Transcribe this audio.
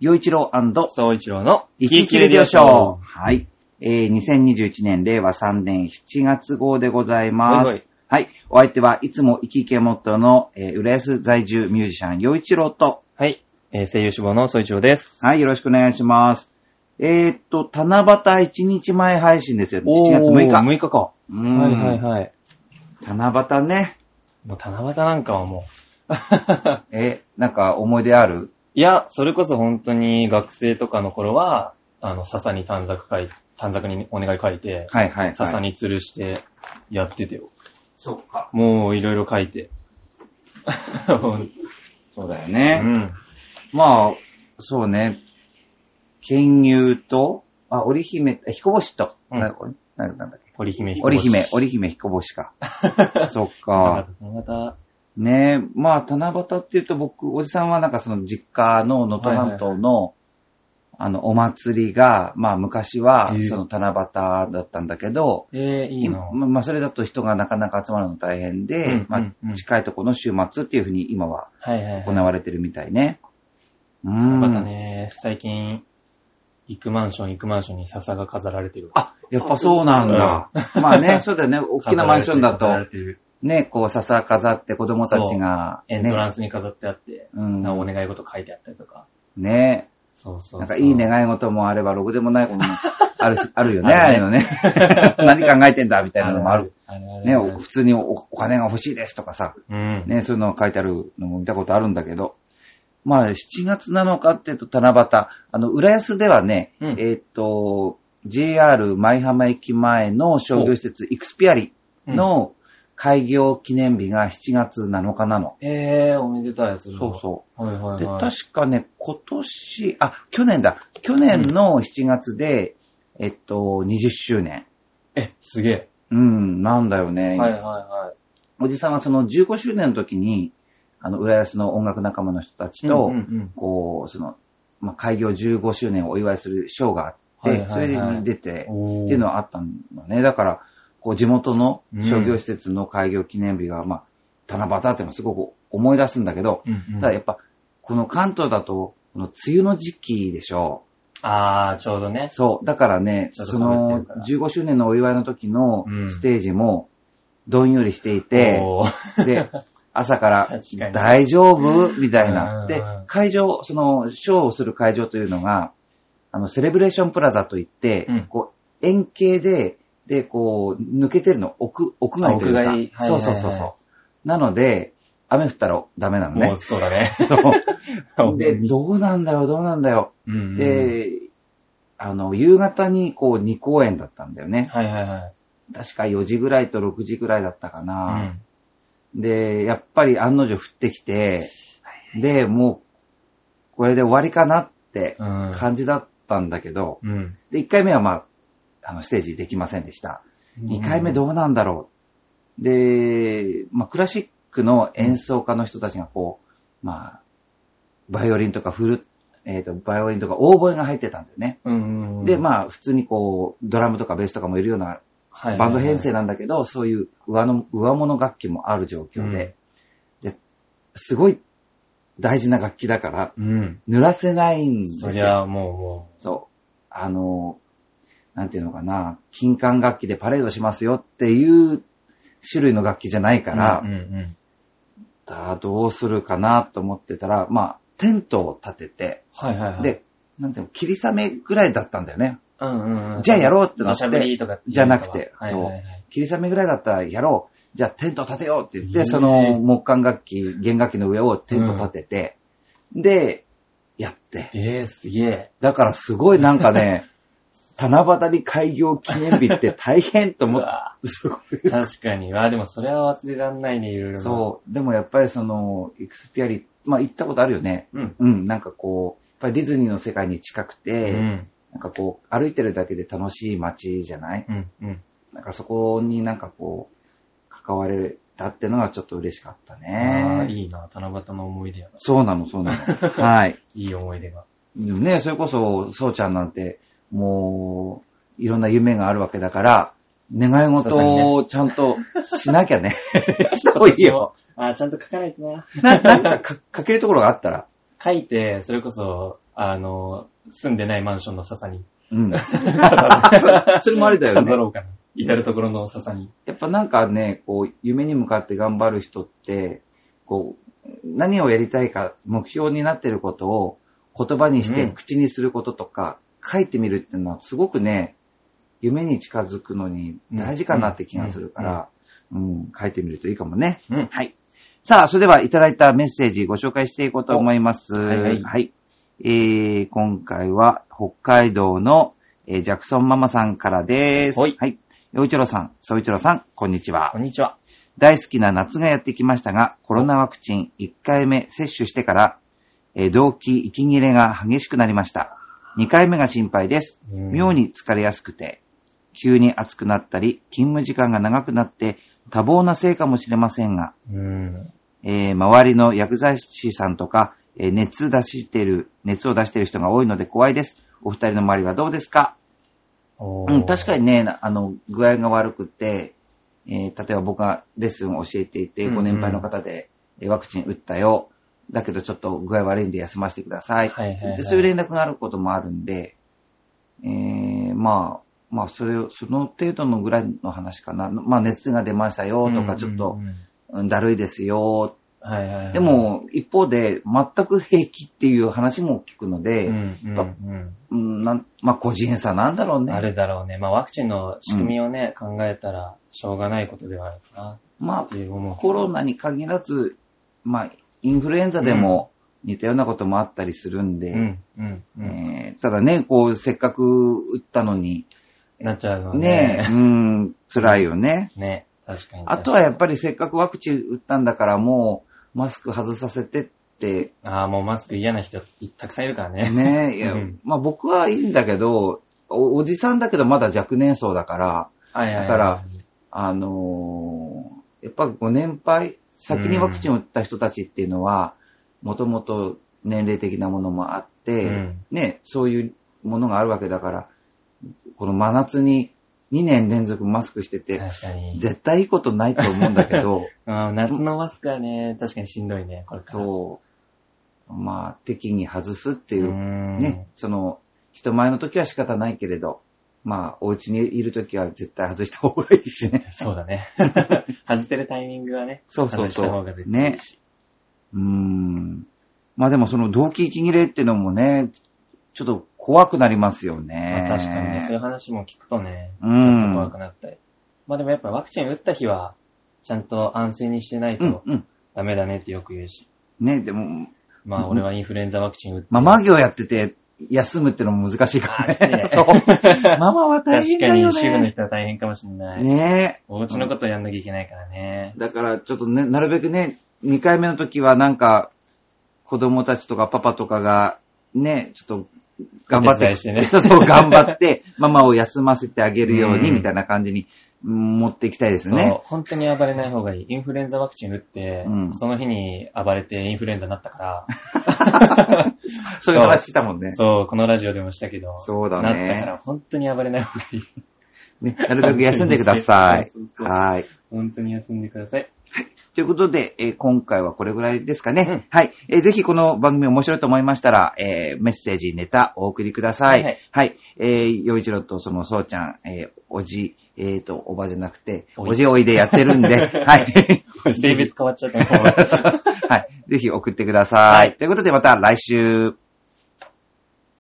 洋一郎総一郎の生き生きレディオショー。はい。えー、2021年令和3年7月号でございまはいはいす。はい。お相手はいつも生き生きをモットーの、えー、浦安在住ミュージシャン洋一郎と、はい。えー声優志望の総一郎です。はい、よろしくお願いします。えー、っと、七夕1日前配信ですよ。7月おー6日。 6日か。はういんはいはい。七夕ね。もう七夕なんかはもう。え、なんか思い出あるいや、それこそ本当に学生とかの頃は、あの、笹に短冊書い、短冊にお願い書いて、はいはい、はい。笹。に吊るしてやっててよ。そうか。もういろいろ書いて。そうだようね。ん。まあ、そうね。剣友と、あ、織姫、え彦星と。うんなななんだっけ。織姫彦織姫、織姫彦星 か。そっか。また、ねえ、まあ、七夕っていうと僕、おじさんはなんかその実家の能登半島の、あの、お祭りが、まあ、昔はえ、えその七夕だったんだけど、えー、いいな今。まあまあ、それだと人がなかなか集まるの大変で、うんまうんうあ、ん近いところの週末っていうふうに今ははいはい、はい。行われてるみたいね。うん。またね、最近、行くマンション、行くマンションに笹が飾られてる。あ、やっぱそうなんだ。まあね、 そうだよね。大きなマンションだと飾、られてるね、こう笹飾って子供たちが、エね、ントランスに飾ってあって、うんなお願い事書いてあったりとか。ね、そうそうそう。なんかいい願い事もあれば、ろくでもないことも あ るし、あるよね、ああれるのね。 何考えてんだ、みたいなのもある。あるあるね、あるお普通におお金が欲しいですとかさ、うん。ね、そういうのが書いてあるのも見たことあるんだけど、まあ、7月7日っていうと七夕、あの、浦安ではね、うんえーっと、JR 舞浜駅前の商業施設、イクスピアリの開業記念日が7月7日なの。えー、おめでたい、それは。そうそう。はいはいうはい。で、確かね、今年、あ、去年だ。去年の7月で、えっと、20周年。え、すげえ。うん、なんだよね。はいはいはおじさんはその15周年の時に、あの、浦安の音楽仲間の人たい。ちと、うんうんこう、その、まあ、開業15周年をお祝いするショーがあって、はいはいはいそれに出てうん、おーっていうのはあったんだね。だから、こう地元の商業施設の開業記念日が、まあ、七夕ってのはすごく思い出すんだけど、うんうんただやっぱ、この関東だと、この梅雨の時期でしょあー、ちょうどね。そう。だからね、ちょっとそ被ってのるから、 15周年のお祝いの時のうんステージも、どんよりしていて、おー で、朝から確か、に大丈夫みたいな。うんで、会場、その、ショーをする会場というのが、あの、セレブレーションプラザといって、うんこう、円形で、で、こう、抜けてるの、奥、屋外というか。あ屋外はいはいそはういそうそうそう。なので、雨降ったらダメなのもねう。そうだね。 そう。で、どうなんだよ、どうなんだよ。うんうん、で、あの、夕方にこう2公演だったんだよね。はいはいはい。確か4時ぐらいと6時ぐらいだったかうな。んで、やっぱり案の定降ってきて、で、もう、これで終わりかなってうん。感じだったんだけど、うん。で、1回目はまあ、あの、ステージできませんでした。2回目どうなんだろう。で、まあ、クラシックの演奏家の人たちがこう、まあ、バイオリンとかフル、えっ、と、バイオリンとかオーボエが入ってたんだよね。うんうん、で、まあ、普通にこう、ドラムとかベースとかもいるようなあバンド編成なんだけど、そういう上の、上物楽器もある状況で、で、すごい大事な楽器だから、うん。濡らせないんですそよ。りゃもう、も。そう。あの、なんていうのかな、金管楽器でパレードしますよっていう種類の楽器じゃないうから、うんうん。だどうするかなと思ってたら、まあ、テントを立てて、はいはいはい。、で、なんていうの、霧雨ぐらいだったんだよね。うんうんうん。じゃあやろうってな土って砂降りとかっていうじゃなくてはいはいはい。霧雨ぐらいだったらやろう。じゃあテント立てようって言っえて、えその木管楽器、弦楽器の上をテント立てて、で、やって。ええー、すげえ。だからすごいなんか ね、七夕に開業記念日って大変と思うっわて、すごい確かに。あ、でもそれは忘れらんないね、いろいろ。そう。でもやっぱりその、エクスピアリ、まあ行ったことあるよね。う。うん。うん、なんかこう、やっぱりディズニーの世界に近くて、うん。なんかこう、歩いてるだけで楽しい街じゃないうん。うん。なんかそこになんかこう、関われたってのがちょっと嬉しかったあねー。いいな、七夕の思い出やな。そうなの、そうなの。 はい。いい思い出が。でもね、それこそ、そうちゃんなんて、もう、いろんな夢があるわけだから、願い事をちゃんとしなき ゃね。した方がいいよ。あー、ちゃんと書かないとな。ななんかか、かけるところがあったら、書いて、それこそ、あの、住んでないマンションの笹に。 うん。そそれもありだよね飾ろうかな。至るところの笹に。やっぱなんかね、こう、夢に向かって頑張る人って、こう、何をやりたいか、目標になってることを言葉にしうてん口にすることとか、書いてみるっていうのはすごくね、夢に近づくのに大事かなって気がするから、うん、書いてみるといいかもね。うん。はい。さあ、それではいただいたメッセージご紹介していこうと思います。いはいえー、今回は北海道の、えージャクソンママさんからです。はいはい。洋一郎さん、総一郎さん、こんにちはこ。んにちは。大好きな夏がやってきましたが、コロナワクチン1回目接種してから、えー動悸、息切れが激しくなりました。2回目が心配です。うん妙に疲れやすくて、急に暑くなったり、勤務時間が長くなって、多忙なせいかもしれませんが、うん。えー周りの薬剤師さんとか、えー熱出してる、熱を出してる人が多いので怖いです。お二人の周りはどうですかおーうん、確かにね、なあの、具合が悪くて、えー例えば僕がレッスンを教えていて、うんうんご年配の方で、えーワクチン打ったよ。だけどちょっと具合悪いんで休ませてください。はいはいはいでそういう連絡があることもあるんで、えーまあ、まあ、それを、その程度のぐらいの話かな。まあ、熱が出ましたよとか、ちょっうとん、うんうんうんだるいですよ。はいはいはい。で、も、一方で、全く平気っていう話も聞くのうんで、うんうん。うんなんまあ、個人差なんだろうね。あるだろうね。まあ、ワクチンの仕組みをね、考えたら、しょうがないことではあるかな、まあっ、ていう思う。コロナに限らず、まあ、インフルエンザでも似たようなこともあったりするんで、うん、うん、うん。えーただね、こう、せっかく打ったのに、なっちゃうのねね。うん、辛いよね。ね、確かに。あとはやっぱりせっかくワクチン打ったんだからもう、マスク外させてって、ああ、もうマスク嫌な人たくさんいるからね。ね、いやうんまあ僕はいいんだけど、おおじさんだけどまだ若年層だから、はいはいはだい。から、あのーやっぱご年配、先にワクチンを打った人たちっていうのは、もともと年齢的なものもあって、うんね、そういうものがあるわけだから、この真夏に2年連続マスクしてて、確かに。絶対いいことないと思うんだけど、 うん夏のマスクはね、確かにしんどいね、これから。うそう、まあ、適宜外すってー。いうんね、その、人前の時は仕方ないけれど、まあ、お家にいる時は絶対外した方がいいしね。そう だね。外せるタイミングはね。そうそう外した方そが絶う。対いねいし。。うーん。まあでもその動機息切れっていうのもね、ちょっと怖くなりますよね。まあ、確かにね、そういう話も聞くとね、ちうょんっと怖くなったり。まあでもやっぱワクチン打った日は、ちゃんと安静にしてないうんとうん。ダメだねってよく言うし。ね、でも、まあ俺はインフルエンザワクチン打って。ママ業やってて休むってのも難しいからね あ。そう。ママは大確変かだよに主婦のね。人は大変かもしれない。ねお家のことやんなきゃいけないからね。だからちょっとね、なるべくね、2回目の時はなんか、子供たちとかパパとかが、ね、ちょっと、頑張っお手伝て、いしてねそう そう、頑張って、ママを休ませてあげるように、うんみたいな感じに、うん持っていきたいですそう、ね。本当に暴れない方がいい。インフルエンザワクチン打って、うんその日に暴れてインフルエンザになったから、そういう話したもんね。そう、このラジオでもしたけど、そうだねなったから本当に暴れない方がいい。ねなるべく休んでくださいそうそう。そうはい。本当に休んでください。ということで、えー今回はこれぐらいですかね。うんはい、えーぜひこの番組面白いと思いましたら、えーメッセージ、ネタお送りください。はいはい。えー、洋一郎とその、そうちゃん、えーおじ、えーと、おばじゃなくて、おいおじおいでやってるんで、 はい。 性別変わっちゃった。はい。ぜひ送ってください。はいということで、また来週。